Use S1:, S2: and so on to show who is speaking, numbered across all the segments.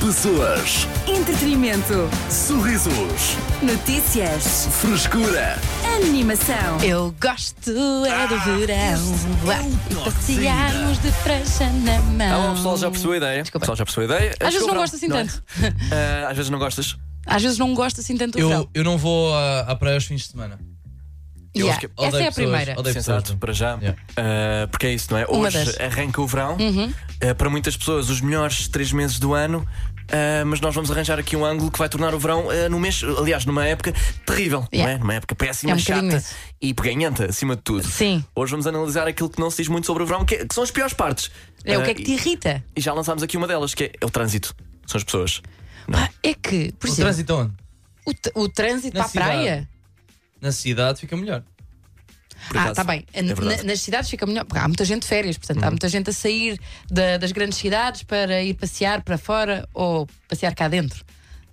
S1: Pessoas,
S2: Entretenimento.
S1: sorrisos,
S2: Notícias.
S1: frescura.
S2: Animação.
S3: Eu gosto é do
S1: Ah,
S3: verão.
S1: esse é o
S3: Lá, Passearmos de prancha na mão.
S4: Então, o pessoal já percebeu a ideia.
S3: Desculpa.
S4: O pessoal já percebeu a ideia.
S3: Às vezes
S4: Chegou
S3: não
S4: o
S3: gosto
S1: um
S3: assim
S4: verão,
S3: tanto.
S4: não é? Ah, às vezes não gostas.
S3: Às vezes não gosto assim tanto do
S5: Eu,
S3: verão.
S5: eu não vou à, à praia aos fins de semana.
S4: eu
S3: Yeah,
S4: acho que-
S3: Essa
S5: Odeio
S3: é a
S5: pessoas,
S3: primeira.
S5: Odeio pessoas.
S4: Exato, para já.
S5: Yeah.
S4: Ah, porque é isso, não é?
S3: Uma
S4: Hoje
S3: das. Uhum.
S4: arranca o verão. Ah, para muitas pessoas, os melhores três meses do ano. Ah, mas nós vamos arranjar aqui um ângulo que vai tornar o verão ah, num mês, aliás, numa época terrível,
S3: Yeah.
S4: não é? Numa época péssima,
S3: É um bocadinho
S4: chata
S3: isso.
S4: e peganhenta, acima de tudo.
S3: Sim.
S4: Hoje vamos analisar aquilo que não se diz muito sobre o verão, que, é- que são as piores partes.
S3: É o
S4: Ah,
S3: que é que te irrita?
S4: E já lançámos aqui uma delas, que é, é o trânsito. São as pessoas.
S3: Pá, é que, por
S5: O
S3: exemplo,
S5: trânsito onde?
S3: o, tr- o trânsito
S5: Na
S3: para a praia.
S5: Na cidade fica melhor.
S4: por
S3: Ah,
S4: acaso.
S3: está bem.
S4: É
S3: Na-
S4: verdade.
S3: nas cidades fica melhor. Porque há muita gente de férias, portanto, há muita gente a sair da- das grandes cidades para ir passear para fora ou passear cá dentro.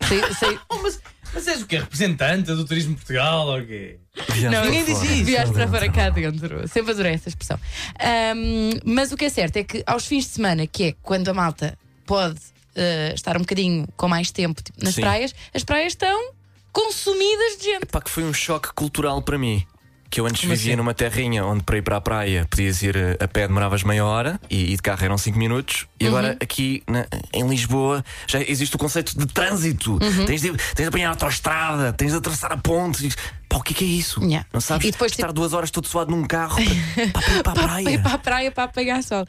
S3: Sair- sair-
S5: mas, mas és o quê? Representante do turismo de Portugal ou quê?
S4: Viagens
S3: Não,
S4: para
S3: ninguém diz
S4: fora.
S3: isso. Viagens para fora cá dentro. Sempre adorei essa expressão. Ahm, mas o que é certo é que aos fins de semana, que é quando a malta pode ah, estar um bocadinho com mais tempo tipo, nas
S4: Sim.
S3: praias, as praias estão consumidas de gente.
S4: Pá, que foi um choque cultural para mim. Que eu antes
S5: Como
S4: vivia
S5: assim?
S4: numa terrinha onde para ir para a praia podias ir eh, a pé, demoravas meia hora e, e de carro eram 5 minutos.
S3: Uhum.
S4: E agora aqui na- em Lisboa já existe o conceito de trânsito.
S3: Uhum.
S4: Tens, de, tens de apanhar a autostrada, tens de atravessar a ponte. Pá, o que é, que é isso?
S3: Yeah.
S4: Não sabes?
S3: E depois,
S4: estar
S3: tipo-
S4: duas horas todo suado num carro para, para ir para a
S3: Para ir
S4: praia.
S3: para a praia para apagar sol.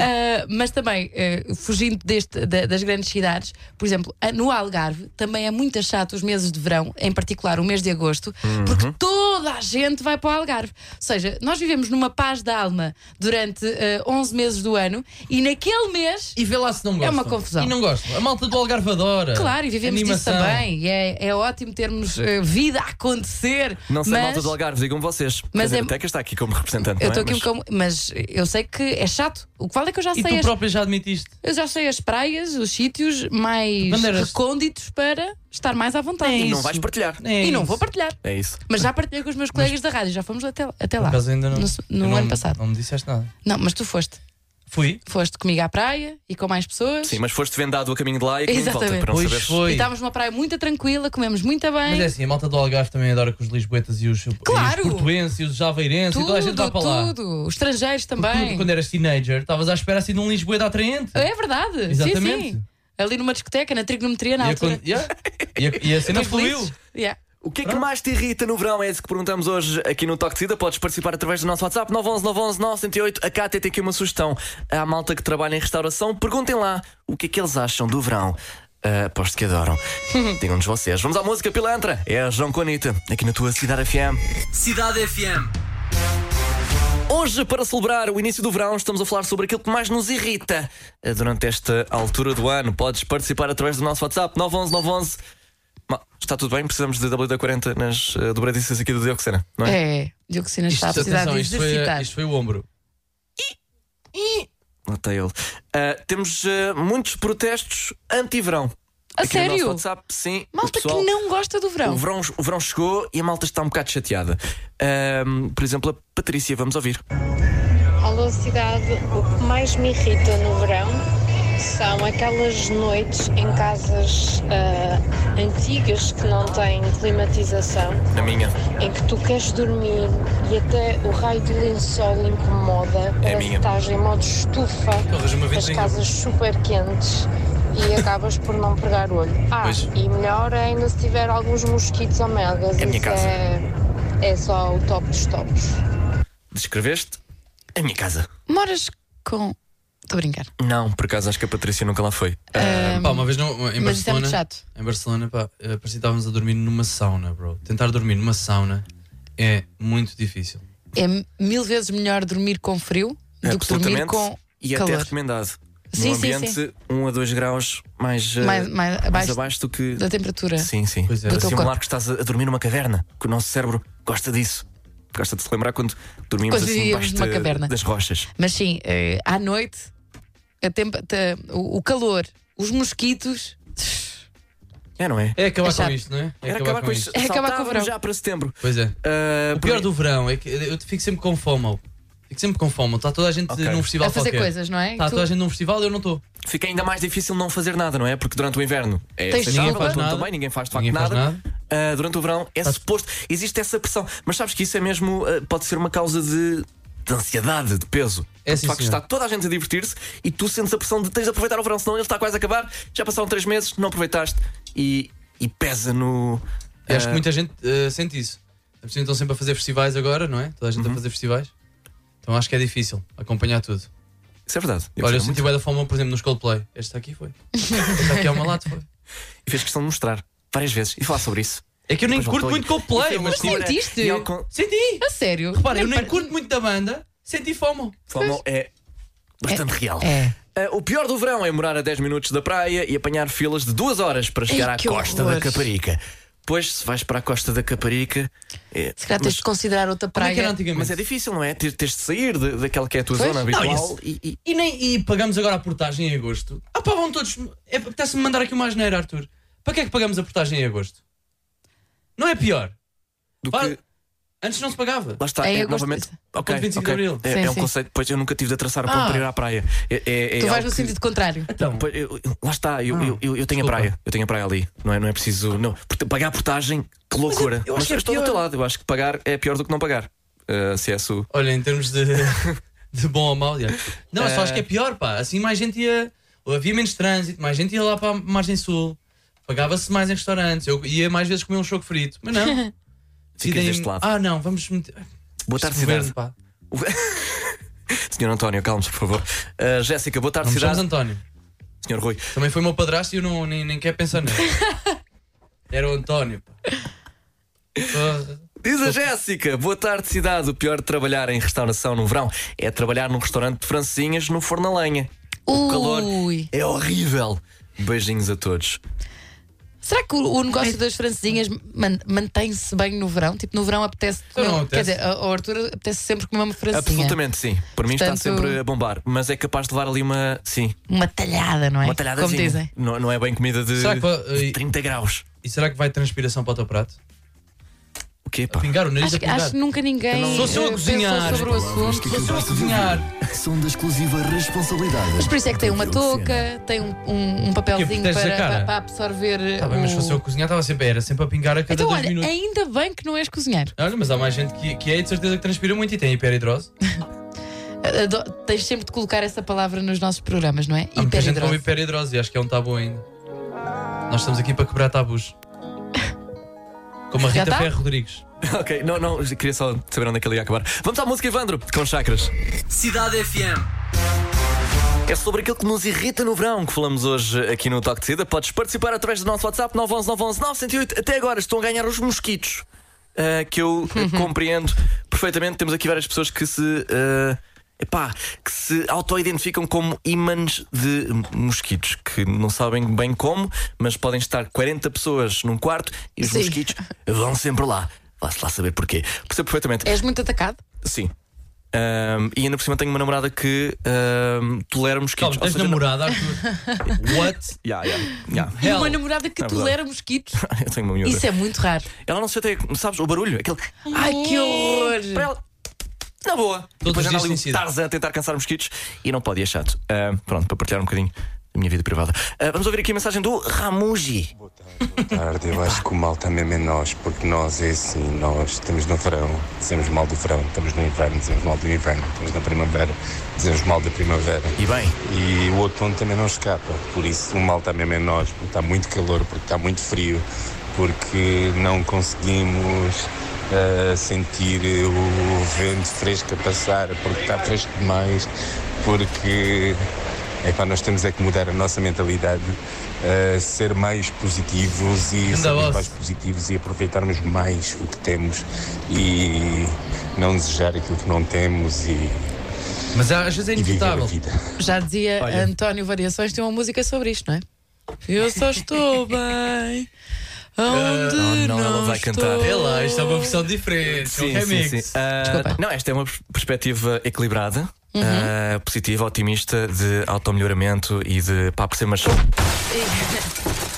S3: Ah, mas também, ah, fugindo deste, da- das grandes cidades, por exemplo, ah, no Algarve também é muito chato os meses de verão, em particular o mês de agosto,
S4: Uhum.
S3: porque toda a gente vai para o Algarve. Ou seja, nós vivemos numa paz da alma durante ah, 11 meses do ano e naquele mês.
S5: E vê lá se não gostam.
S3: É uma confusão.
S5: E não gostam. A malta do Algarve adora.
S3: Claro, e vivemos
S5: Animação.
S3: disso também. E é, é ótimo termos ah, vida a acontecer.
S4: Não sei,
S3: mas...
S4: malta do Algarve, digam vocês. Mas
S3: mas
S4: Quer dizer,
S3: é-
S4: a Teca está aqui como representante.
S3: Eu
S4: não é?
S3: estou aqui um bocão, mas eu sei que é chato. O que vale é que eu já
S5: E
S3: sei
S5: tu
S3: as
S5: própria já admitiste.
S3: Eu já sei as praias, os sítios mais
S5: Bandeiras.
S3: recônditos para estar mais à vontade.
S4: Mas
S5: É
S4: não
S5: isso.
S4: vais partilhar.
S5: É
S3: E não
S5: isso.
S3: vou partilhar.
S4: É isso.
S3: Mas já partilhei com os meus colegas da rádio, já fomos até, até
S5: Por
S3: lá.
S5: acaso ainda não.
S3: No, no
S5: eu não-
S3: ano passado.
S5: Não me disseste nada.
S3: Não. mas tu foste.
S5: Fui.
S3: Foste comigo à praia e com mais pessoas.
S4: Sim, mas foste vendado a caminho de lá e aqui volta
S3: Exatamente.
S4: para não
S5: Pois
S4: saberes.
S3: E
S5: foi.
S3: estávamos numa praia muito tranquila, comemos muito
S5: Mas
S3: bem.
S5: é assim, a malta do Algarve também adora que os lisboetas e os,
S3: Claro.
S5: e os portuenses e os javeirenses e
S3: tudo,
S5: toda a gente vai para lá.
S3: tudo. Os estrangeiros
S5: Tu,
S3: também.
S5: quando eras teenager, estavas à espera assim de um Lisboeta atraente.
S3: É verdade.
S5: Exatamente.
S3: Sim, sim. Ali numa discoteca, na trigonometria, na
S5: E a,
S3: altura. Tipo
S5: con- yeah. E a- e a cena
S3: Dois
S5: fluiu.
S3: felizes. Yeah.
S4: O que é que mais te irrita no verão? É isso que perguntamos hoje aqui no Toque de Cida. Podes participar através do nosso WhatsApp 911 911 908. A Cátia tem aqui uma sugestão. Há malta que trabalha em restauração. Perguntem lá o que é que eles acham do verão. Ah, aposto que adoram. Digam-nos vocês. Vamos à música pilantra. É a João Conita, aqui na tua Cidade FM.
S6: Cidade FM.
S4: Hoje, para celebrar o início do verão, estamos a falar sobre aquilo que mais nos irrita eh, durante esta altura do ano. Podes participar através do nosso WhatsApp 911 911. Ma- Está tudo bem? Precisamos de WD-40 nas eh, dobradiças aqui do Dioxena, não é?
S3: É, Dioxina
S5: Isto,
S3: está a precisar
S5: atenção,
S3: de
S5: isto, foi,
S3: exercitar.
S5: isto foi o ombro.
S4: Lá está ele. Ah, temos eh, muitos protestos anti-verão.
S3: A
S4: aqui No
S3: sério?
S4: nosso WhatsApp, sim. o
S3: Malta
S4: pessoal-
S3: que não gosta do verão.
S4: O verão, o verão chegou e a malta está um bocado chateada. Ahm, por exemplo, a Patrícia, vamos ouvir.
S7: Alô cidade, o que mais me irrita no verão são aquelas noites em casas ah, antigas que não têm climatização,
S4: Na minha.
S7: em que tu queres dormir e até o raio do lençol incomoda, parece que
S4: É minha.
S7: estás em modo estufa,
S5: Arranja uma
S7: as
S5: ventoinha.
S7: casas super quentes e acabas por não pregar o olho. Ah,
S4: Pois.
S7: e melhor ainda se tiver alguns mosquitos ou melgas,
S4: É a minha
S7: isso
S4: casa.
S7: é, é só o top dos tops.
S4: Descreveste? A minha casa.
S3: Moras com. Estou a brincar.
S4: Não, por acaso acho que a Patrícia nunca lá foi.
S5: Pá, uma vez não, em
S3: Hum, Mas isso é
S5: Barcelona.
S3: muito chato.
S5: Em Barcelona, pá, eh, parecia que estávamos a dormir numa sauna, bro. Tentar dormir numa sauna é muito difícil.
S3: É mil vezes melhor dormir com frio do que dormir
S4: É, Absolutamente.
S3: com
S4: e
S3: calor.
S4: até recomendado.
S3: Sim,
S4: Num
S3: sim,
S4: ambiente
S3: sim.
S4: 1 a 2 graus mais, eh,
S3: Mais- mais
S4: mais
S3: abaixo
S4: abaixo do que.
S3: da temperatura.
S4: Sim, sim.
S5: Pois é.
S4: Para
S5: Do teu
S4: simular
S3: corpo.
S4: que estás a a dormir numa caverna, que o nosso cérebro gosta disso. Gosta de se lembrar quando dormimos
S3: Quando
S4: assim
S3: vivíamos
S4: debaixo
S3: numa
S4: de-
S3: caverna.
S4: das rochas.
S3: Mas sim, eh, à noite, a temp- te- o o calor, os mosquitos.
S4: É, não é?
S5: É acabar
S3: É chato.
S5: com isto, não é? É
S4: Era acabar com isto.
S3: É acabar com o
S4: Saltávamos
S3: verão.
S4: já para setembro.
S5: Pois é.
S4: Ah,
S5: O pior
S4: por-
S5: do verão é que eu fico sempre com FOMO. Fico sempre com FOMO. Está toda a gente
S4: Ok.
S5: num festival
S3: a fazer
S5: qualquer. Tá
S3: coisas, não é?
S5: Está
S3: Tu-
S5: toda a gente num festival e eu não estou.
S4: Fica ainda mais difícil não fazer nada, não é? Porque durante o inverno é
S3: Tens
S4: aceitável,
S3: ninguém faz
S4: tudo
S5: nada.
S4: também, ninguém faz de facto
S5: Ninguém faz
S4: nada. Ah, durante o verão é suposto. Existe essa pressão. Mas sabes que isso é mesmo. ah, pode ser uma causa de. De ansiedade, de peso.
S5: É,
S4: Porque,
S5: sim,
S4: de facto,
S5: senhor.
S4: está toda a gente a divertir-se e tu sentes a pressão de tens de aproveitar o verão, senão ele está quase a acabar. Já passaram três meses, não aproveitaste e, e pesa no.
S5: Eu acho
S4: ah,
S5: que muita gente eh, sente isso. As pessoas estão sempre a fazer festivais agora, não é? Toda a gente a fazer festivais. Então acho que é difícil acompanhar tudo.
S4: Isso é verdade. Eu gostei
S5: Olha, eu
S4: muito.
S5: senti bem da fome, por exemplo, nos Coldplay. Este aqui foi. Este aqui é uma lata, foi.
S4: E fez questão de mostrar várias vezes e falar sobre isso.
S5: É que eu nem
S4: Depois
S5: curto
S4: voltou
S5: muito
S4: e- e
S5: Coldplay,
S4: foi uma
S5: mas
S4: cena-
S3: sentiste?
S4: e ao con-
S5: senti.
S3: A sério?
S5: Repara, eu nem
S3: par-
S5: curto muito da banda, senti fome.
S4: Fomo é bastante real.
S3: É.
S4: Ah, o pior do verão é morar a 10 minutos da praia e apanhar filas de 2 horas para chegar
S3: Ei,
S4: à
S3: que
S4: costa
S3: horror.
S4: da Caparica. Pois, se vais para a costa da Caparica. é-
S3: Se calhar tens
S4: mas,
S3: de considerar outra
S5: Como é
S3: praia.
S5: que era antigamente?
S4: mas é difícil, não é? Ter- Tens de sair de- daquela que é a tua
S3: Pois.
S4: zona
S5: Não,
S4: habitual.
S5: isso-
S4: e, e-
S5: E, nem, e pagamos agora a portagem em agosto. Ah, pá, vão todos. É, Apetece-me mandar aqui uma asneira, Arthur. Para que é que pagamos a portagem em agosto? Não é pior.
S4: do
S5: Vá-
S4: que.
S5: Antes não se pagava.
S4: Lá está,
S3: Em
S4: é,
S3: agosto-
S4: novamente. ok,
S5: ponto 25
S4: ok.
S5: de Abril.
S4: É,
S3: Sim,
S4: é um
S3: sim.
S4: conceito, pois eu nunca tive de atravessar o ponto
S5: Ah.
S4: para ir à praia. É- é- é
S3: Tu vais
S4: algo
S3: no
S4: que-
S3: sentido contrário.
S5: Então,
S4: Pois, eu- eu- Lá está, eu,
S5: Ah,
S4: eu, eu, eu tenho a
S5: desculpa.
S4: praia, eu tenho a praia ali, não é, não é preciso. Não. Porque Pagar a portagem, que loucura.
S5: eu acho que é
S4: estou do
S5: pior.
S4: teu lado, eu acho que pagar é pior do que não pagar. Ah, se é su...
S5: olha, em termos de, de bom ou mau, já. não, eu só
S4: Eh.
S5: acho que é pior, pá. Assim mais gente ia. Havia menos trânsito, mais gente ia lá para a margem sul. Pagava-se mais em restaurantes. Eu ia mais vezes comer um choco frito. Mas não. Decidem-
S4: deste lado.
S5: Ah, não, vamos meter.
S4: Boa tarde,
S5: Este governo,
S4: cidade.
S5: pá.
S4: Senhor António, calme-se, por favor. Ah, Jéssica, boa tarde,
S5: Não me chames
S4: cidade.
S5: António.
S4: Senhor Rui.
S5: Também foi o meu padrasto e eu não, nem, nem quero pensar nele. Era o António. pá. Ah, Porra.
S4: Diz a Jéssica, boa tarde, cidade. O pior de trabalhar em restauração no verão é trabalhar num restaurante de francinhas no forno a lenha. O calor
S3: Ui.
S4: é horrível. Beijinhos a todos.
S3: Será que o, o negócio das francesinhas man- mantém-se bem no verão? Tipo, no verão apetece. um-
S5: Não, não
S3: Quer
S5: apetece.
S3: dizer, a- ao Arthur apetece sempre comer uma francesinha.
S4: Absolutamente sim. Para mim está
S3: é. Portanto-
S4: sempre a bombar, mas é capaz de levar ali uma. Sim,
S3: Uma talhada, não é?
S4: Uma talhadazinha.
S3: Como dizem.
S4: Não, não é bem comida de,
S5: Será que vai-
S4: de 30 graus.
S5: E será que vai transpiração para o teu prato?
S4: O quê,
S5: A
S4: pá?
S5: pingar o nariz
S3: Acho,
S5: a
S3: que-
S5: pingar.
S3: acho que nunca ninguém
S5: não- Sou eu a
S3: eh,
S5: cozinhar.
S3: pensou sobre o assunto.
S5: Sou eu a cozinhar.
S1: São da exclusiva responsabilidade.
S3: Mas por isso é que tem uma touca, tem um, um, um papelzinho
S5: Porque
S3: para,
S5: protege a cara.
S3: para- para absorver. eh,
S5: Tá bem, mas se fosse eu a
S3: o...
S5: cozinhar, estava sempre, era sempre a pingar a cada
S3: Então,
S5: dois
S3: olha,
S5: minutos.
S3: ainda bem que não és cozinheiro.
S5: Olha, mas há mais gente que, que é e de certeza que transpira muito e tem hiperidrose.
S3: Ado- Tens sempre de colocar essa palavra nos nossos programas, não é?
S5: Há muita gente com
S3: Hiperidrose.
S5: hiperidrose e acho que é um tabu ainda. Nós estamos aqui para quebrar tabus. Como a
S3: Já
S5: Rita
S3: tá?
S5: Ferro Rodrigues.
S4: ok, não, não, queria só saber onde é que ele ia acabar. Vamos à música, Evandro, com chakras.
S6: Cidade FM.
S4: É sobre aquilo que nos irrita no verão que falamos hoje aqui no Talk de Cida. Podes participar através do nosso WhatsApp 911-911-908. Até agora estão a ganhar os mosquitos, ah, que eu eh, compreendo perfeitamente. Temos aqui várias pessoas que se. ah, epá, que se auto-identificam como ímãs de mosquitos, que não sabem bem como, mas podem estar 40 pessoas num quarto e os
S3: Sim.
S4: mosquitos vão sempre lá. Vá-se lá saber porquê. Percebo perfeitamente.
S3: És muito atacado?
S4: Sim. Ahm, e ainda por cima tenho uma namorada que ahm, tolera
S5: Calma,
S4: mosquitos. Ou
S5: tens
S4: seja, não-
S5: namorada, Arthur. What?
S4: Ya, ya, ya.
S3: E
S5: Hell.
S3: uma namorada que
S4: É
S3: tolera mosquitos.
S4: Eu tenho uma miúda.
S3: Isso é muito raro.
S4: Ela não se até, sabes, o barulho, aquele.
S3: Ai, que horror!
S4: Para ela. Na boa. E
S5: Todos
S4: Depois
S5: os
S4: anda ali
S5: dias
S4: um
S5: tem
S4: o
S5: sido.
S4: Tarzan a tentar cansar mosquitos e não pode, e é chato. Ahm, pronto, para partilhar um bocadinho da minha vida privada. Ah, vamos ouvir aqui a mensagem do Ramuji.
S8: Boa tarde, boa tarde. Eu acho que o mal também é nós, porque nós é assim, nós estamos no verão, dizemos mal do verão, estamos no inverno, dizemos mal do inverno, estamos na primavera, dizemos mal da primavera.
S4: E bem.
S8: E o outono também não escapa, por isso o mal também é nós, porque está muito calor, porque está muito frio, porque não conseguimos ah, sentir o vento fresco a passar, porque está fresco demais, porque epá, nós temos é que mudar a nossa mentalidade, ah, ser mais positivos e
S5: Anda,
S8: sermos
S5: boss.
S8: mais positivos e aproveitarmos mais o que temos e não desejar aquilo que não temos e,
S5: Mas às vezes é
S8: e viver a
S5: inevitável.
S8: vida.
S3: Já dizia António Variações, tem uma música sobre isto, não é? Eu só estou bem. Onde
S4: Ah,
S3: não,
S4: não, ela vai
S3: estou.
S4: cantar.
S5: É lá, isto é uma versão diferente. é um remix.
S4: Ah,
S3: Desculpa. Uhum.
S4: não, esta é uma pers- perspectiva equilibrada. ah, positiva, otimista, de automelhoramento e de pá, por ser machão.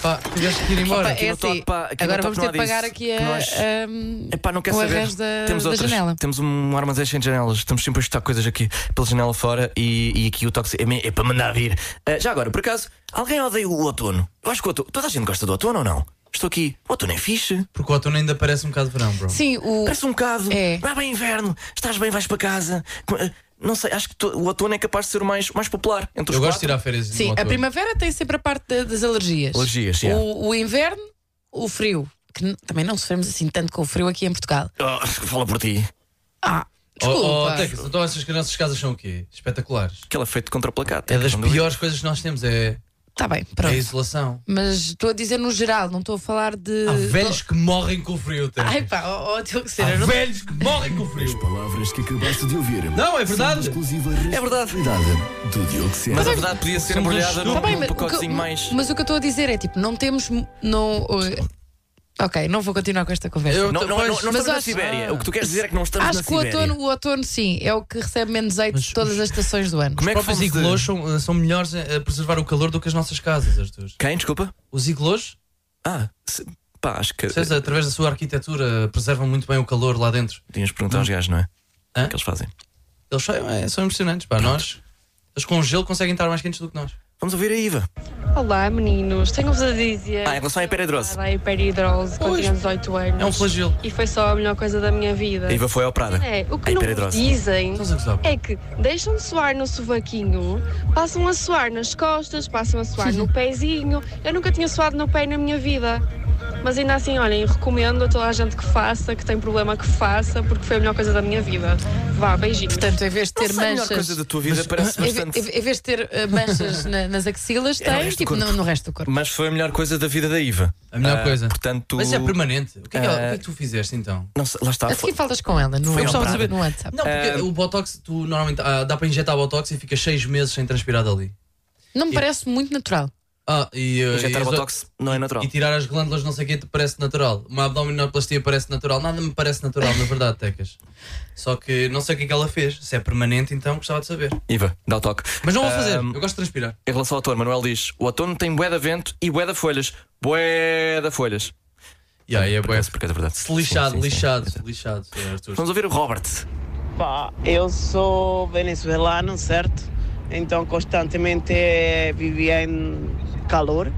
S5: Pá, tiveste que ir embora.
S3: Opa,
S5: tipo,
S3: é
S4: no
S3: assim,
S4: toque, pá, aqui no toque
S3: agora vamos
S4: não
S3: ter
S4: há
S3: de pagar
S4: disso.
S3: aqui a, um,
S4: Que nós-
S3: ahm,
S4: Epá, não quer
S3: o
S4: saber.
S3: arranjo da,
S4: Temos
S3: da
S4: outras.
S3: janela.
S4: Temos um armazém cheio de janelas. Estamos sempre a estar coisas aqui pela janela fora e, e aqui o tóxico é, me- é para mandar vir. Ah, já agora, por acaso, alguém odeia o outono? Eu acho que o outono. Toda a gente gosta do outono ou não? Estou aqui. O outono é fixe.
S5: Porque o outono ainda parece um bocado de verão, bro.
S3: Sim, o,
S4: Parece um bocado.
S3: É.
S4: Vai bem inverno. Estás bem, vais para casa. Com- ah, Não sei, acho que to- o outono é capaz de ser o mais, mais popular entre os
S5: Eu gosto
S4: quatro.
S5: de tirar férias no
S3: sim a
S5: outono.
S3: primavera tem sempre a parte da- das alergias.
S4: Alergias, yeah.
S3: o, o inverno, o frio. Que n- também não sofremos assim tanto com o frio aqui em Portugal.
S4: Oh, fala por ti.
S3: Ah,
S5: Oh,
S3: desculpa.
S5: oh, Tecas, então essas nossas casas são o quê? Espetaculares.
S4: Aquele efeito contra placado.
S5: É das piores coisas que nós temos, é,
S3: Está Tá bem,
S5: é a
S3: pronto.
S5: isolação.
S3: Mas estou a dizer no geral, não estou a falar de.
S5: Há
S4: Ah,
S5: velhos que morrem com o frio, Tecas.
S3: Eh, Ai pá, ó, ó, teu que ser.
S5: Há
S3: eu não-
S5: velhos que morrem com o
S1: As
S5: frio.
S1: palavras que acabaste de ouvir
S5: Não, é verdade. é
S1: exclusiva
S4: É verdade.
S1: responsabilidade do Diogo Sena.
S4: Mas a verdade podia ser
S5: Somos
S4: embrulhada num,
S5: estúpidos.
S3: Tá bem,
S4: num
S3: mas, o que,
S4: um pacotezinho mais.
S3: mas o que eu estou a dizer é tipo, não temos. Não, uh, ok, não vou continuar com esta conversa.
S5: Eu-
S4: Não, não, não, não
S5: Mas
S4: estamos na
S3: acho-
S4: Sibéria.
S5: Ah.
S4: O que tu queres dizer é que não estamos
S3: Acho
S4: na
S3: que o
S4: Sibéria.
S3: outono, o outono, sim, é o que recebe menos jeito de todas as estações do ano.
S4: Como
S5: Os
S4: é que
S5: próprios
S4: fomos de-
S5: iglôs são, eh, são melhores a a preservar o calor do que as nossas casas, Arthur.
S4: Quem? Desculpa?
S5: Os iglôs,
S4: Ah, se- pá, acho que.
S5: vocês, através da sua arquitetura, preservam muito bem o calor lá dentro.
S4: Tínhamos de perguntar aos gajos, não é?
S5: Hum. Hã?
S4: O que eles fazem?
S5: Eles são, é, são impressionantes, pá. Nós, eles com gelo conseguem estar mais quentes do que nós.
S4: Vamos ouvir a Iva.
S6: Olá meninos, tenho-vos a dizer.
S4: Ah, em relação à hiperidrose.
S6: A hiperidrose quando
S5: Pois.
S6: tinha 18 anos.
S5: É um flagelo.
S6: E foi só a melhor coisa da minha vida.
S4: A Iva foi operada.
S6: É, o
S4: A
S6: que não vos
S4: hiperidrose.
S6: dizem
S5: Estás a gozar? pá.
S6: é que deixam de suar no sovaquinho, passam a suar nas costas, passam a suar no pezinho. Eu nunca tinha suado no pé na minha vida. Mas ainda assim, olhem, recomendo a toda a gente que faça, que tem problema que faça, porque foi a melhor coisa da minha vida. Vá, beijinhos.
S3: Portanto, em vez de
S4: Não
S3: ter
S4: sei, a melhor
S3: manchas.
S4: coisa da tua vida
S5: é,
S4: parece
S3: Em, ve-
S4: bastante.
S3: em vez de ter eh, manchas na- nas axilas,
S4: É no
S3: tem
S4: resto do
S3: tipo no,
S4: corpo.
S3: no resto do corpo.
S4: Mas foi a melhor coisa da vida da Iva.
S5: A melhor
S4: Ah,
S5: coisa.
S4: Portanto.
S5: Mas isso é permanente. O que é que, ela-
S4: Ah.
S5: o que é que tu fizeste então?
S4: Não sei, lá está.
S3: A
S4: foi-
S3: seguir Assim falas com ela no,
S4: Foi
S3: no,
S4: operada.
S3: saber no WhatsApp.
S5: Não, porque
S4: Ah,
S5: o Botox, tu normalmente ah, dá para injetar Botox e fica seis meses sem transpirar dali.
S3: Não me parece muito natural.
S5: Ah, e, ah,
S4: Injetar
S5: e-
S4: botox não é natural.
S5: E tirar as glândulas, não sei o que, parece natural. Uma abdominoplastia parece natural. Nada me parece natural, na verdade, Tecas. Só que não sei o que é que ela fez. Se é permanente, então gostava de saber.
S4: Iva, dá o toque.
S5: Mas não vou
S4: Ah,
S5: fazer. Eu gosto de transpirar.
S4: Em relação ao outono, Manuel diz: o outono tem bué da vento e bué da folhas. Bué da folhas.
S5: Yeah, yeah,
S4: Por acaso, por acaso é verdade.
S5: Se
S4: Sim,
S5: lixado,
S4: sim, sim.
S5: lixado, lixado, é, Arthur.
S4: Vamos ouvir o Robert.
S9: Pá, eu sou venezuelano, certo? Então constantemente eh, vivia em calor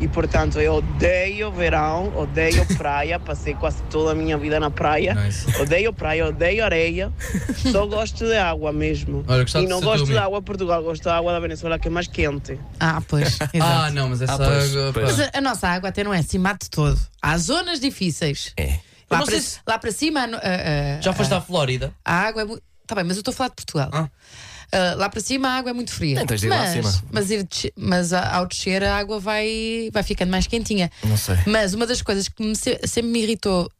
S9: e portanto eu odeio verão, odeio praia, passei quase toda a minha vida na praia.
S5: Nice.
S9: Odeio praia, odeio areia, só gosto de água mesmo.
S5: Olha, gostava
S9: e
S5: de
S9: não
S5: ser
S9: gosto
S5: tu,
S9: de
S5: amigo.
S9: água de Portugal, gosto da água da Venezuela que é mais quente.
S3: Ah, pois.
S5: Ah,
S3: exato.
S5: não, mas essa
S4: Ah, pois,
S5: água. pá.
S4: pois.
S3: Mas a, a nossa água até não é assim, mate todo. Há zonas difíceis.
S4: É.
S5: Eu
S3: Lá
S5: não
S3: para,
S5: sei se-
S3: lá para cima, a no- a- a-
S5: Já foste à Flórida?
S3: a água é muito. Está bem, mas eu estou a falar de Portugal.
S5: Ah.
S3: Ah, lá para cima a água é muito fria.
S4: Nem tens de ir lá
S3: mas,
S4: acima.
S3: mas, ir desce- mas a- ao descer a água vai, vai ficando mais quentinha.
S4: Não sei.
S3: Mas uma das coisas que me se- sempre me irritou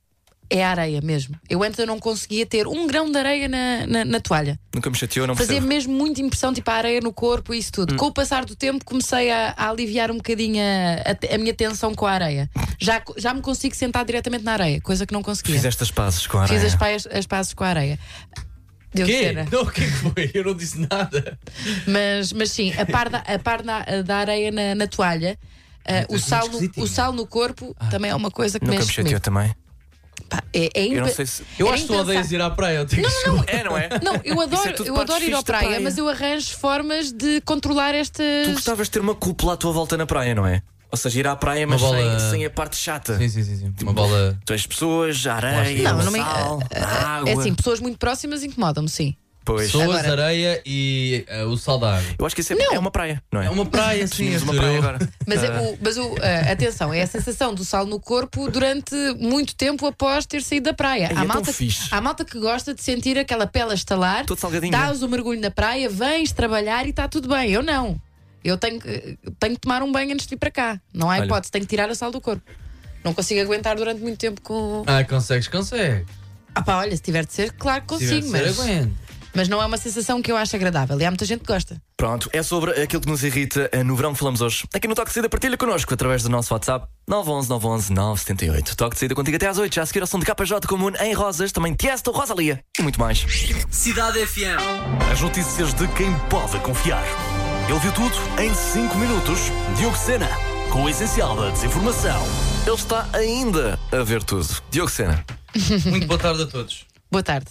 S3: é a areia mesmo. Eu antes eu não conseguia ter um grão de areia na, na, na toalha.
S4: Nunca me chateou, não
S3: Fazia
S4: percebo. Hum.
S3: mesmo muita impressão, tipo a areia no corpo e isso tudo. Com o passar do tempo comecei a, a aliviar um bocadinho a, a te- a minha tensão com a areia. Já, co- já me consigo sentar diretamente na areia, coisa que não conseguia.
S4: Fizeste as pazes com a areia.
S3: Fiz as, paias, as pazes com a areia. Deu
S5: Quê?
S3: cera.
S5: Não, o que é que foi? Eu não disse nada.
S3: Mas, mas sim, a par da, a par da, eh, da areia na, na toalha, ah, o,
S5: muito
S3: sal no,
S5: esquisitinho.
S3: o sal no corpo também é uma coisa que
S4: Ah. Nunca me
S3: mexe
S4: chateou
S3: comigo.
S4: também.
S3: Pá, é, é
S4: Eu não
S3: impe-
S4: sei se.
S5: Eu
S3: Era
S5: acho que tu odeias
S3: impensável.
S5: ir à praia. Eu tenho não, não,
S4: É, não é?
S3: Não, eu
S4: é
S3: adoro,
S4: tudo
S3: eu
S4: partes
S3: adoro ir à
S4: fixes da
S3: praia,
S4: praia.
S3: mas eu arranjo formas de controlar
S4: Tu
S3: estas.
S4: gostavas de ter uma cúpula à tua volta na praia, não é? Ou seja, ir à praia, mas
S5: Uma bola-
S4: sem, sem a parte chata.
S5: Sim, sim, sim, sim. Uma bola.
S4: Tu és pessoas, a areia,
S3: Não,
S4: o
S3: não me-
S4: sal, a água.
S3: É assim, pessoas muito próximas incomodam-me, sim.
S4: Pois.
S5: Pessoas,
S3: Agora-
S5: areia e ah, o sal da água.
S4: Eu acho que isso é, é uma praia, não é?
S5: É uma praia, sim.
S4: Tínhamos uma
S5: Arthur,
S4: praia
S5: eu-
S4: agora.
S3: Mas, é o, mas o, ah, atenção, é a sensação do sal no corpo durante muito tempo após ter saído da praia.
S4: Ai, é
S3: há,
S4: tão
S3: malta, que-
S4: fixe.
S3: há malta que gosta de sentir aquela pele a estalar,
S4: Todo salgadinho. né?
S3: dás o mergulho na praia, vens trabalhar e está tudo bem. Eu não. Eu tenho, que- tenho que tomar um banho antes de ir para cá. Não há
S4: Olha.
S3: hipótese, tenho que tirar a sal do corpo. Não consigo aguentar durante muito tempo com.
S5: Ah, consegues, consegues.
S3: Ah, pá, olha, se tiver de ser, claro que
S5: Se tiver
S3: consigo,
S5: de ser,
S3: mas.
S5: aguento.
S3: Mas não é uma sensação que eu acho agradável e há muita gente que gosta.
S4: Pronto, é sobre aquilo que nos irrita eh, no verão que falamos hoje. Aqui no Toque de Saída, partilha connosco através do nosso WhatsApp 911 911 978. Toque de Saída contigo até às 8, já a seguir ao som de KJ Comune em Rosas, também Tiesto, Rosalia e muito mais.
S10: Cidade FM.
S1: As notícias de quem pode confiar. Ele viu tudo em 5 minutos.
S10: Diogo Sena, com o essencial da desinformação.
S4: Ele está ainda a ver tudo. Diogo Sena.
S5: Muito boa tarde a todos.
S3: Boa tarde.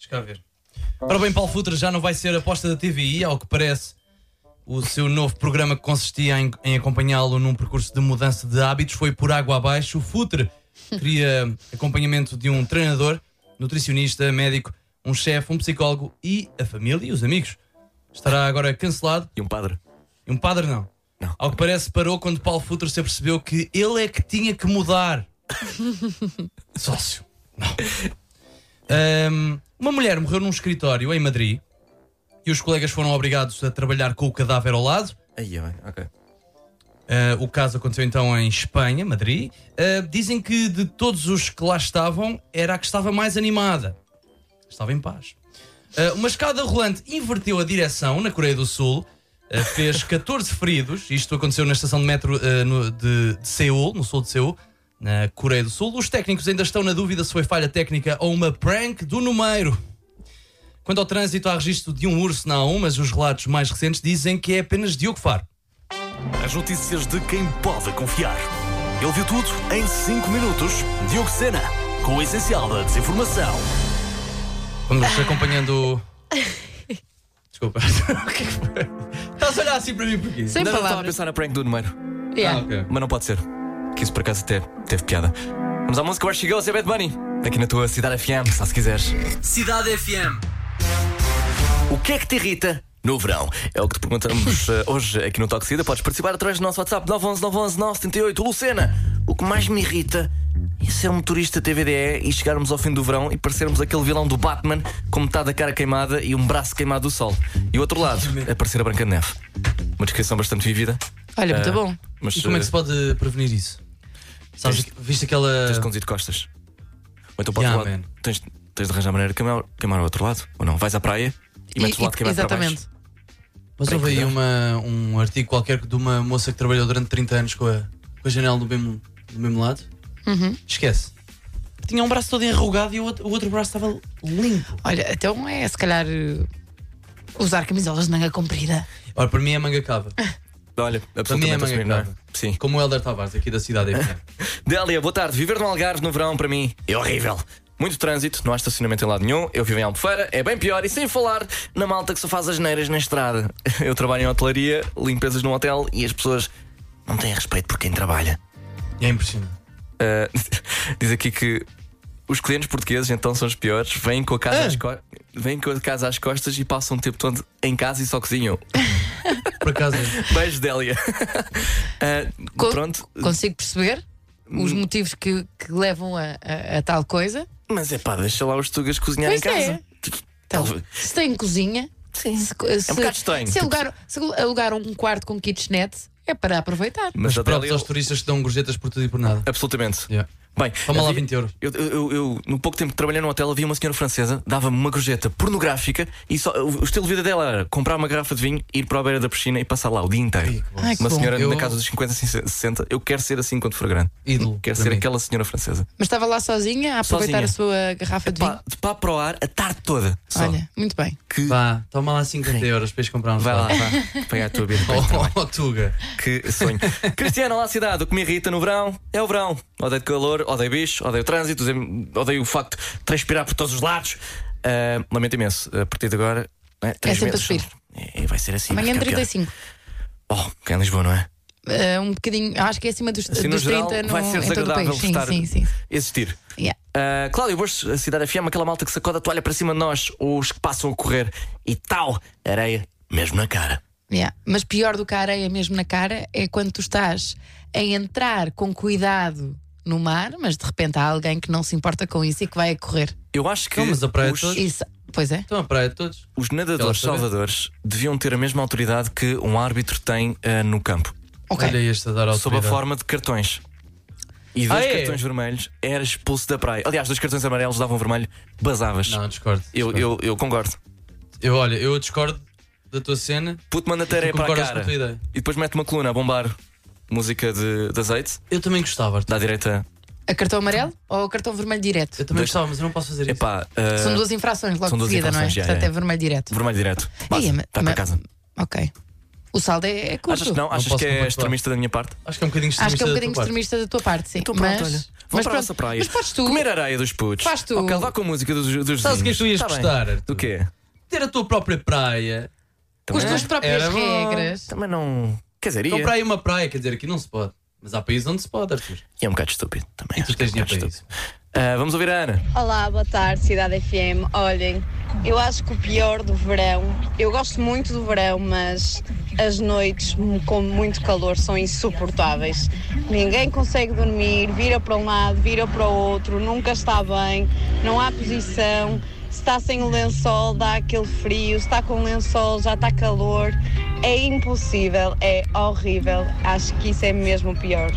S5: Deixa cá ver. Ora bem, Paulo Futre já não vai ser aposta da TVI, ao que parece. O seu novo programa que consistia em, em acompanhá-lo num percurso de mudança de hábitos foi por água abaixo. O Futre queria acompanhamento de um treinador, nutricionista, médico, um chefe, um psicólogo e a família e os amigos. Estará agora cancelado
S4: E um padre.
S5: e um padre não.
S4: Não.
S5: Ao que parece, parou quando Paulo Futre se apercebeu que ele é que tinha que mudar. Sócio. Não. Ahm, uma mulher morreu num escritório em Madrid e os colegas foram obrigados a trabalhar com o cadáver ao lado.
S4: Aí, bem, ok.
S5: Ah, o caso aconteceu então em Espanha, Madrid. Ah, dizem que de todos os que lá estavam, era a que estava mais animada. Estava em paz. Ah, uma escada rolante inverteu a direção na Coreia do Sul, ah, fez 14 feridos. Isto aconteceu na estação de metro ah, no- de, de Seul, no sul de Seul, na Coreia do Sul. Os técnicos ainda estão na dúvida se foi falha técnica ou uma prank do número. Quanto ao trânsito, há registro de um urso na A1, mas os relatos mais recentes dizem que é apenas Diogo Faro.
S10: As notícias de quem pode confiar. Ele viu tudo em 5 minutos. Diogo Sena, com o essencial da desinformação.
S5: Vamos acompanhando. Desculpa. o que é que foi? Estás a olhar assim para mim porquê?
S3: Sem
S4: Ainda não estava a
S3: palavras.
S4: pensar na prank do número,
S5: Ah,
S3: Yeah.
S5: ok.
S4: mas não pode ser. Que isso por acaso até teve piada. Vamos à música Where She Goes, é Bad Bunny. Aqui na tua Cidade FM, só se quiseres.
S10: Cidade FM.
S4: O que é que te irrita no verão? É o que te perguntamos eh, hoje aqui no Toxida. Podes participar através do nosso WhatsApp 911 911 978. Lucena, o que mais me irrita é ser motorista TVDE e chegarmos ao fim do verão e parecermos aquele vilão do Batman com metade da cara queimada e um braço queimado do sol. E o outro lado, aparecer a Branca de Neve. Uma descrição bastante vívida.
S3: Olha,
S4: Eh,
S3: muito bom.
S4: Mas
S5: E como é que se
S4: eh,
S5: pode prevenir isso? Sabes,
S4: Tens-
S5: viste aquela.
S4: tens de conduzir de costas. Ou então para
S5: É. Yeah,
S4: o outro lado,
S5: man.
S4: tens, tens de arranjar maneira de queimar, queimar o outro lado. Ou não? Vais à praia e, metes o lado queimado para baixo.
S3: exatamente.
S5: Mas houve aí uma, um artigo qualquer de uma moça que trabalhou durante 30 anos com a, com a janela do mesmo, do mesmo lado. Esquece. Uhum. Tinha um braço todo enrugado e o outro, o outro braço estava limpo.
S3: Olha, então é se calhar eh, usar camisolas de manga comprida.
S5: Ora, para mim é manga cava.
S4: Olha,
S5: mim é
S4: absolutamente assumir, não é?
S5: manga
S4: Sim.
S5: Como o Helder Tavares, aqui da cidade. é FM.
S4: Délia, boa tarde. Viver no Algarve no verão, para mim, é horrível. Muito trânsito, não há estacionamento em lado nenhum. Eu vivo em Albufeira, é bem pior. E sem falar na malta que só faz as neiras na estrada. Eu trabalho em hotelaria, limpezas num hotel e as pessoas não têm respeito por quem trabalha.
S5: E é impressionante.
S4: Ah, diz aqui que os clientes portugueses então são os piores. Vêm com a
S5: Ah.
S4: casa, às, co- vêm com a casa às costas e passam o tempo todo em casa e só cozinham.
S5: Por acaso. é.
S4: Beijo, Délia. Ah,
S3: Co-
S4: pronto,
S3: Consigo perceber os
S4: Hum.
S3: motivos que, que levam a, a- a tal coisa.
S4: mas é pá, deixa lá os tugas cozinhar em
S3: Pois
S4: casa. Tipo,
S3: é. Então,
S4: Talvez.
S3: se tem cozinha, se, se,
S4: É um bocado estranho.
S3: se alugar, se alugar um quarto com kitchenette, é para aproveitar.
S4: Mas, É. a
S5: Próprios
S4: Délia.
S5: aos turistas que dão gorjetas por tudo e por nada.
S4: Absolutamente.
S5: Yeah.
S4: Bem,
S5: Toma lá um.
S4: havia-
S5: 20 euros.
S4: Eu, eu- eu- eu, no pouco tempo que trabalhei no hotel, havia uma senhora francesa, dava-me uma gorjeta pornográfica e só, o, o estilo de vida dela era comprar uma garrafa de vinho, ir para a beira da piscina e passar lá o dia inteiro.
S3: Ai, que
S4: uma
S3: bom.
S4: senhora
S5: Eu-
S4: na casa dos 50, 60, eu quero ser assim quando for grande.
S5: Ídolo.
S4: Quero
S5: para
S4: ser
S5: mim.
S4: aquela senhora francesa.
S3: Mas estava lá sozinha a aproveitar a sua garrafa de vinho.
S4: Pá, de pá para o ar a tarde toda. Só.
S3: Olha, muito bem.
S4: que
S5: Vá, toma lá 50 euros para ires comprar um
S4: vai lá,
S5: gelado.
S4: vá, pegar a tua vida.
S5: Oh, oh, oh, Tuga.
S4: Que sonho. Cristiano, lá cidade, o que me irrita no verão é o verão. Odeio de calor, odeio bicho, odeio trânsito, odeio- odeio o facto de transpirar por todos os lados. Ah, lamento imenso. A partir de agora, né, três
S3: É sempre
S4: meses.
S3: a subir.
S4: É, vai ser assim.
S3: Amanhã
S4: vai ficar
S3: 35.
S4: pior. Oh, que é em Lisboa, não é?
S3: Eh, um bocadinho, acho que é acima dos,
S4: Assim, no
S3: dos
S4: geral,
S3: 30 no,
S4: vai ser
S3: em todo o
S4: desagradável
S3: país. Sim,
S4: estar-
S3: sim, sim.
S4: Existir.
S3: Yeah.
S4: Ah, Cláudio Borges, a cidade FM, aquela malta que sacode a toalha para cima de nós, ou os que passam a correr e tal, areia, mesmo na cara.
S3: Yeah. Mas pior do que a areia mesmo na cara é quando tu estás a entrar com cuidado no mar, mas de repente há alguém que não se importa com isso e que vai a correr.
S4: Eu acho que
S5: Não, Então, mas a praia
S4: os,
S5: toda-
S3: Isso, pois é.
S5: Estão à Então, praia todos.
S4: os
S5: Ela
S4: nadadores
S5: sabe.
S4: salvadores deviam ter a mesma autoridade que um árbitro tem ah, no campo.
S3: Ok.
S5: Olha este a dar
S4: sob a
S5: autoridade.
S4: forma de cartões. e dois
S5: Ah, é?
S4: cartões vermelhos era expulso da praia. Aliás, dois cartões amarelos davam vermelho, basavas.
S5: Não, discordo.
S4: Eu,
S5: discordo.
S4: eu, eu concordo.
S5: Eu, olha, eu discordo da tua cena.
S4: Puto, manda tareia
S5: Tu
S4: para a
S5: concordas
S4: cara.
S5: com a tua ideia?
S4: E depois mete uma coluna a bombar música de, de azeite,
S5: Eu também gostava, Arthur.
S4: dá direita.
S3: A cartão amarelo ou a cartão vermelho direto?
S5: Eu também gostava, mas eu não posso fazer isso.
S4: Epá, ah,
S3: São duas infrações logo
S4: são duas
S3: de seguida, não é?
S4: infrações, já,
S3: Portanto,
S4: já.
S3: é vermelho direto.
S4: vermelho direto. Basta,
S3: Aí,
S4: vai
S3: é, ma-
S4: para
S3: ma-
S4: casa.
S3: Ok. O saldo é, é curto.
S4: Achas que não? Achas
S5: posso
S4: que é
S5: compactuar.
S4: extremista da minha parte?
S5: Acho que é um bocadinho extremista.
S3: Acho que é um
S5: da tua
S3: bocadinho
S5: parte.
S3: extremista da tua parte, sim.
S4: Então pronto,
S3: mas,
S4: olha. Vamos
S3: mas
S4: para a
S3: pronto.
S4: nossa praia.
S3: Mas podes tu.
S4: Comer areia dos putos.
S3: Faz tu.
S4: Ok, vá com a música dos, dos
S5: Sabes o que é que tu
S4: vizinhos.
S5: ias
S4: Tá bem.
S5: gostar, Arthur?
S4: Do quê?
S5: Ter a tua própria praia.
S3: Com as
S4: Também-
S3: tuas próprias
S5: Era bom.
S3: regras.
S4: Também não. Quer dizer,
S5: Comprar
S4: ia.
S5: aí uma praia, quer dizer, aqui não se pode. Mas há países onde se pode, Arthur.
S4: E é um bocado estúpido também.
S5: E tu
S4: acho que é
S5: tens
S4: um
S5: dinheiro
S4: bocado
S5: para
S4: estúpido.
S5: isso.
S4: Ah, vamos ouvir a Ana.
S7: Olá, boa tarde, Cidade FM. Olhem, eu acho que o pior do verão, eu gosto muito do verão, mas as noites mu- com muito calor são insuportáveis. Ninguém consegue dormir, vira para um lado, vira para o outro, nunca está bem, não há posição. Se está sem o lençol, dá aquele frio, se está com o lençol, já está calor. É impossível, é horrível. Acho que isso é mesmo o pior.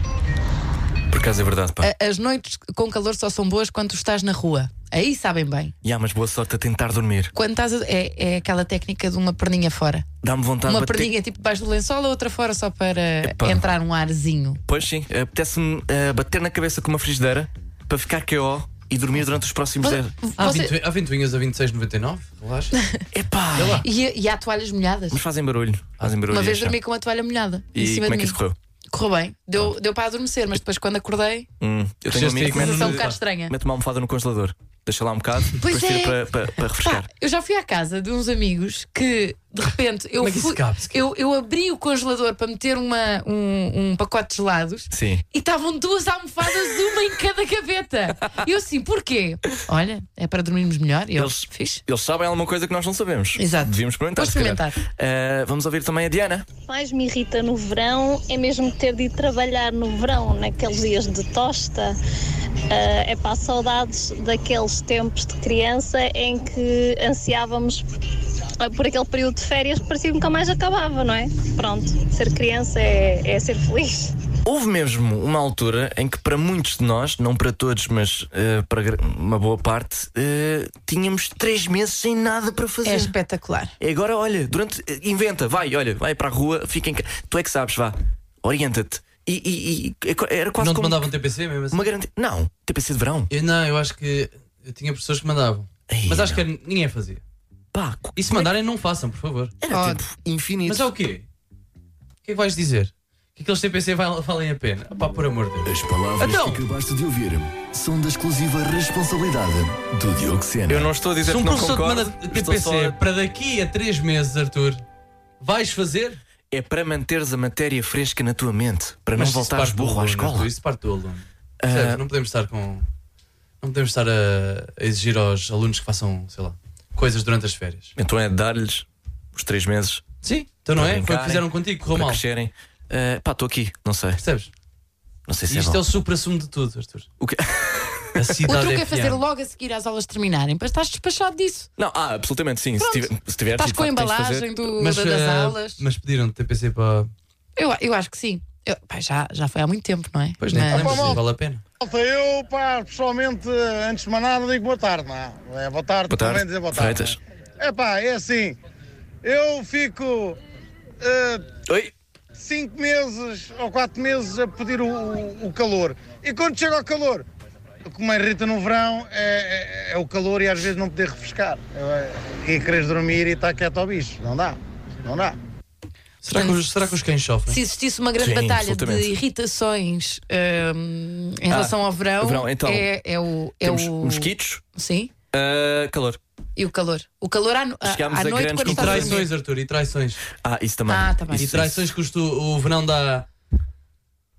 S4: Por acaso é verdade, pá.
S3: A- As noites com calor só são boas quando tu estás na rua. Aí sabem bem.
S4: E há, mas boa sorte a tentar dormir.
S3: Quando estás a- é, é aquela técnica de uma perninha fora.
S4: Dá-me vontade
S3: uma
S4: de bater-
S3: perninha tipo debaixo do lençol, a outra fora só para
S4: Epá.
S3: entrar um arzinho.
S4: Pois sim, apetece-me ah, bater na cabeça com uma frigideira para ficar KO e dormir durante os próximos 10.
S5: Há,
S3: Você-
S5: vinte- há ventoinhas a 26,99? Relaxa.
S4: Epá!
S3: E, e há toalhas molhadas.
S4: Mas fazem barulho. Fazem barulho.
S3: Uma
S4: e
S3: vez
S4: acham.
S3: dormi com uma toalha molhada em
S4: E
S3: cima
S4: como é que
S3: de mim.
S4: isso correu? Ah.
S3: correu bem. Deu, deu para adormecer, mas depois quando acordei,
S4: Hum, eu tenho um
S5: Cresceste
S4: amigo que
S5: aí
S4: mete,
S5: com
S3: sensação um
S5: Hum.
S3: bocado estranha.
S4: mete uma almofada no congelador. Deixa lá um bocado,
S3: Pois
S4: depois tira para,
S3: é.
S4: para, para refrescar.
S3: Pá, eu já fui à casa de uns amigos que de repente eu
S5: Como é que isso
S3: fui-
S5: cabe?
S3: eu, eu abri o congelador para meter uma, um, um pacote de gelados
S4: Sim.
S3: e estavam duas almofadas, uma em cada gaveta. E eu assim, porquê? Olha, é para dormirmos melhor. E eu
S4: Eles-
S3: fiz.
S4: Eles sabem alguma coisa que nós não sabemos.
S3: Exato.
S4: Devíamos experimentar.
S3: Vou
S4: se calhar.
S3: experimentar.
S4: Ah, vamos ouvir também a Diana.
S7: mais me irrita no verão é mesmo ter de ir trabalhar no verão, naqueles dias de tosta. Ah, é para saudades daqueles tempos de criança em que ansiávamos ah, por aquele período de férias que parecia que nunca mais acabava, não é? Pronto, ser criança é- é ser feliz.
S4: Houve mesmo uma altura em que, para muitos de nós, não para todos, mas ah, para gra- uma boa parte, ah, tínhamos três meses sem nada para fazer.
S3: É espetacular.
S4: E agora, olha, durante. eh, Inventa, vai, olha, vai para a rua, fica em casa. Tu é que sabes, vá, orienta-te. E, e- e- é co- era quase
S5: Não te
S4: como
S5: mandavam TPC mesmo assim?
S4: uma garantia. Não, TPC de verão.
S5: Eu, não, eu acho que eu tinha pessoas que mandavam.
S4: Ei,
S5: mas acho
S4: não. é
S5: que ninguém fazia.
S4: Pá, co-
S5: E se mandarem, não façam, por favor.
S4: era tempo infinito.
S5: Mas é o quê? O que é que vais dizer? Que aqueles TPC val- valem a pena? Pá, por amor de Deus.
S10: As palavras
S5: Então.
S10: que acabaste de ouvir são da exclusiva responsabilidade do Diogo Sena.
S4: Eu não estou a dizer
S5: Se um
S4: que é não
S5: professor te
S4: concordo.
S5: manda
S4: estou só
S5: TPC
S4: a-
S5: para daqui a 3 meses, Arthur, vais fazer?
S4: É para manteres a matéria fresca na tua mente, para não
S5: isso
S4: voltares
S5: parte do
S4: burro à
S5: aluno, Arthur,
S4: escola.
S5: é
S4: Ah.
S5: Isso parte do aluno. Percebes? Não podemos estar com. Não podemos estar a, a exigir aos alunos que façam, sei lá, coisas durante as férias.
S4: Então é dar-lhes os três meses
S5: Sim, então não
S4: Para
S5: é? Foi o
S4: brincarem,
S5: que fizeram contigo, correu
S4: para
S5: mal.
S4: crescerem. Ah, pá, estou aqui, não sei.
S5: Percebes?
S4: Não sei se
S5: E
S4: é
S5: isto é
S4: bom.
S5: o supra-sumo de tudo, Arthur.
S4: O quê?
S5: A
S3: O
S5: cidade
S3: truque é
S5: FM.
S3: fazer logo a seguir às aulas terminarem, para estás despachado disso.
S4: Não, ah, absolutamente sim. Se
S3: Pronto.
S4: tiver, se tiver
S3: Estás
S4: de
S3: com a
S4: facto, É tipo, tens de fazer.
S3: embalagem do,
S5: Mas,
S3: da- das
S5: eh,
S3: aulas.
S5: mas pediram TPC para.
S3: Eu, eu acho que sim. Eu- pá, já, já foi há muito tempo, não é?
S5: Pois nem te
S3: Mas-
S5: lembras, nem vale a pena.
S11: Malta, eu, pá, pessoalmente, antes de mais nada, digo boa tarde, não é? É, Boa tarde,
S4: Boa tarde.
S11: também dizer boa tarde.
S4: Freitas.
S11: não É É pá, é assim, eu fico eh,
S4: Oi!
S11: cinco meses ou quatro meses a pedir o, o- o calor. E quando chega ao calor, o que me irrita no verão é, é- é o calor e às vezes não poder refrescar. Eh, E queres dormir e estar quieto ao bicho. Não dá, não dá.
S5: Será que, os, será que os cães sofrem?
S3: Se existisse uma grande
S4: Sim,
S3: batalha de
S4: absolutamente. Ah,
S3: irritações hum, em relação ao verão,
S4: verão, então,
S3: é, é o. É
S4: Temos
S3: o
S4: mosquitos,
S3: Sim,
S4: ah, calor.
S3: e o calor. O calor à, no- à,
S4: Chegámos
S3: à
S4: a
S3: noite
S4: grandes
S3: quando
S5: E
S3: estás a dormir.
S5: traições, Arthur, e traições.
S4: Ah, isso também.
S3: Ah, tá bem.
S4: Isso,
S5: E traições que os tu- o verão dá.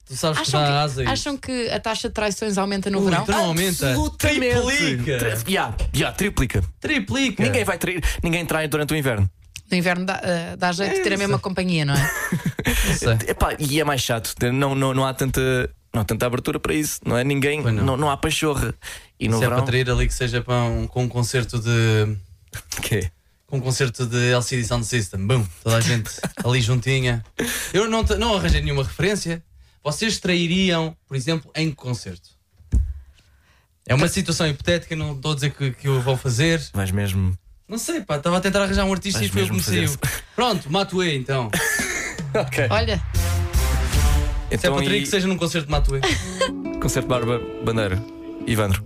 S5: Tu sabes que dá
S3: Acham
S5: asa
S3: que,
S5: e.
S3: acham que a taxa de traições aumenta no
S5: Ui,
S3: verão?
S5: então não aumenta.
S4: Triplica!
S5: Triplica!
S4: Tri- Ya, ya, triplica.
S5: Triplica!
S4: Ninguém vai trair, ninguém trai durante o inverno.
S3: No inverno dá, ah, dá jeito de ter a mesma companhia, não é?
S5: Não sei.
S4: Epá, e é mais chato. Não, não, não há tanta. Não há tanta abertura para isso, não é? Ninguém,
S5: Pois
S4: não.
S5: não.
S4: Não, há pachorra. E no
S5: Se é
S4: verão.
S5: para trair ali que seja para um, com um concerto de.
S4: quê?
S5: Com um concerto de LCD Sound System. Bum! Toda a gente ali juntinha. Eu não, te- não arranjei nenhuma referência, vocês trairiam, por exemplo, em que concerto? É uma situação hipotética, não estou a dizer que, que o vão fazer.
S4: Vais mesmo.
S5: Não sei, pá, estava a tentar arranjar um artista
S4: Vais
S5: e foi o que
S4: mesmo
S5: me
S4: fazer
S5: saiu. Pronto, Matuê então.
S4: Ok.
S3: Olha,
S5: Se é
S4: Então,
S5: para trair
S4: e...
S5: que seja num concerto de Matuê.
S4: Concerto de Barba Bandeira. Ivandro.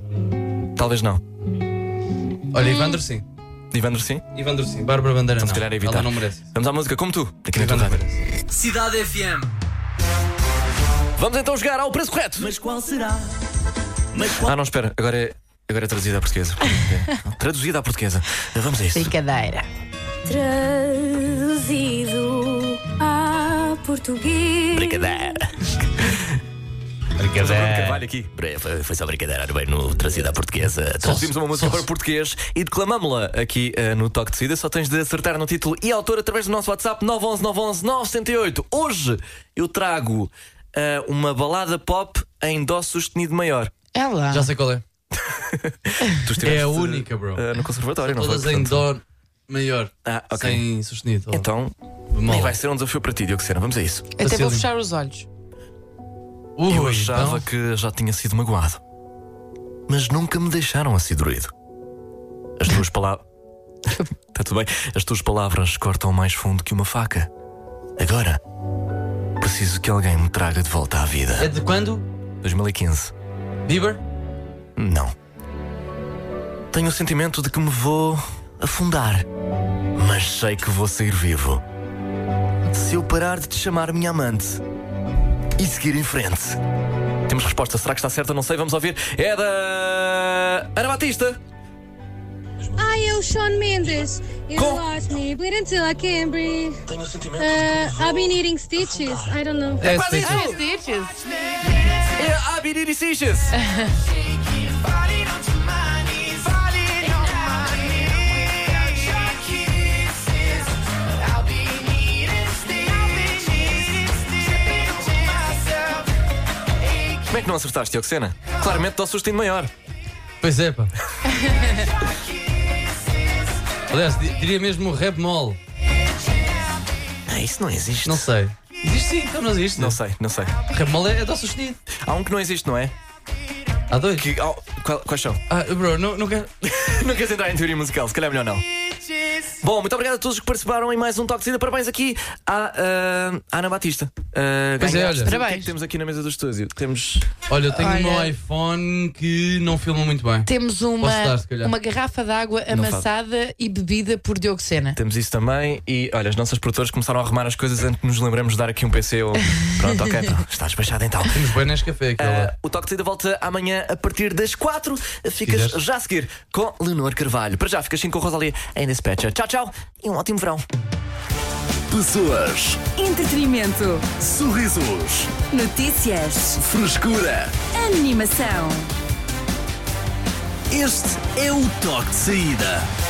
S4: Talvez não.
S5: Olha, Ivandro sim.
S4: Ivandro sim?
S5: Ivandro sim. Bárbara Bandeira não.
S4: Se calhar é evitar. É
S5: Ela não merece.
S4: Vamos à música, como tu. Aqui na tua
S5: Ivandro
S4: rádio.
S5: merece.
S10: Cidade FM.
S4: Vamos então jogar ao preço correto.
S10: Mas qual será? Mas qual
S4: Ah, não, espera. Agora é, agora é traduzida à portuguesa. É. Traduzida à portuguesa. Vamos a isso.
S3: brincadeira.
S12: Traduzido a português.
S4: Brincadeira. Brincadeira. aqui. Foi- Foi só brincadeira, era bem no trazida à portuguesa. Traduzimos uma música para português e declamámo-la aqui eh, no Toque de Cida. Só tens de acertar no título e autor através do nosso WhatsApp 911 911 978. Hoje eu trago eh, uma balada pop em Dó sustenido maior.
S3: Ela.
S5: Já sei qual é.
S4: Tu estiveste,
S5: É a única, bro.
S4: eh, no conservatório, não
S5: Todas
S4: foi?
S5: em
S4: Portanto,
S5: dó maior.
S4: Ah, ok.
S5: Sem sustenido. ou
S4: Então,
S5: bemol.
S4: vai ser um desafio para ti, Diogo Sena. Vamos a isso.
S3: Até vou
S5: Facílimo.
S3: fechar os olhos.
S5: Ui,
S4: Eu achava
S5: então.
S4: que já tinha sido magoado. Mas nunca me deixaram assim doído. As tuas palavras. Está tudo bem? As tuas palavras cortam mais fundo que uma faca. Agora, preciso que alguém me traga de volta à
S5: É
S4: vida.
S5: de quando?
S4: É- 2015.
S5: Bieber?
S4: Não. Tenho o sentimento de que me vou afundar. Mas sei que vou sair vivo. Se eu parar de te chamar minha amante e seguir em frente. Temos resposta. Será que está certa? Não sei. Vamos ouvir. É da. Ana Batista.
S12: Ai, é o Sean Mendes. You
S4: Com-
S12: lost me, bleed until é I can't breathe.
S4: Tenho o sentimento.
S12: Uh,
S7: Ah,
S12: I've been eating stitches. I don't know.
S5: É, sim.
S3: Ah, Stitches.
S4: É a Abiriri Seixas. Como é que não acertaste, Diogo Sena? Claramente dá susto ainda maior.
S5: Pois é, pá. Aliás, di- diria mesmo rap mol.
S4: Ah, isso não existe.
S5: Não sei. Existe sim, então não existe.
S4: Não sei, não sei.
S5: Rap mol é, é dó sustenido.
S4: Há um que não existe, não é?
S5: Há dois.
S4: Que, oh, qual- quais são?
S5: Ah, bro, não, não quero.
S4: Não queres entrar em teoria musical, se calhar é melhor não. Bom, muito obrigado a todos que participaram em mais um Toque de Saída. Parabéns aqui à ah, Ana Batista. Ah,
S5: Pois
S4: ganhaste.
S5: é, olha.
S4: O que é
S3: Parabéns.
S4: que temos aqui na mesa do estúdio? Temos.
S5: Olha, eu tenho
S3: Olha.
S5: um meu iPhone que não filma muito bem.
S3: Temos uma,
S5: Posso dar, se calhar.
S3: uma garrafa de água
S4: Não
S3: amassada e bebida por Diogo Sena.
S4: Temos isso também e olha, as nossas produtoras começaram a arrumar as coisas antes que nos lembremos de dar aqui um PC ou. Pronto, ok, então, está despachado então.
S5: Temos bem neste café aquela.
S4: Ah, o Toque de Saída volta amanhã a partir das 4. Ficas
S5: Quiseres.
S4: já a seguir com Leonor Carvalho. Para já, ficas sim com a Rosalia em Dispatcher. Tchau, tchau e um ótimo verão.
S10: Pessoas,
S2: Entretenimento.
S10: sorrisos,
S2: Notícias.
S10: frescura.
S2: Animação.
S10: Este é o toque de saída.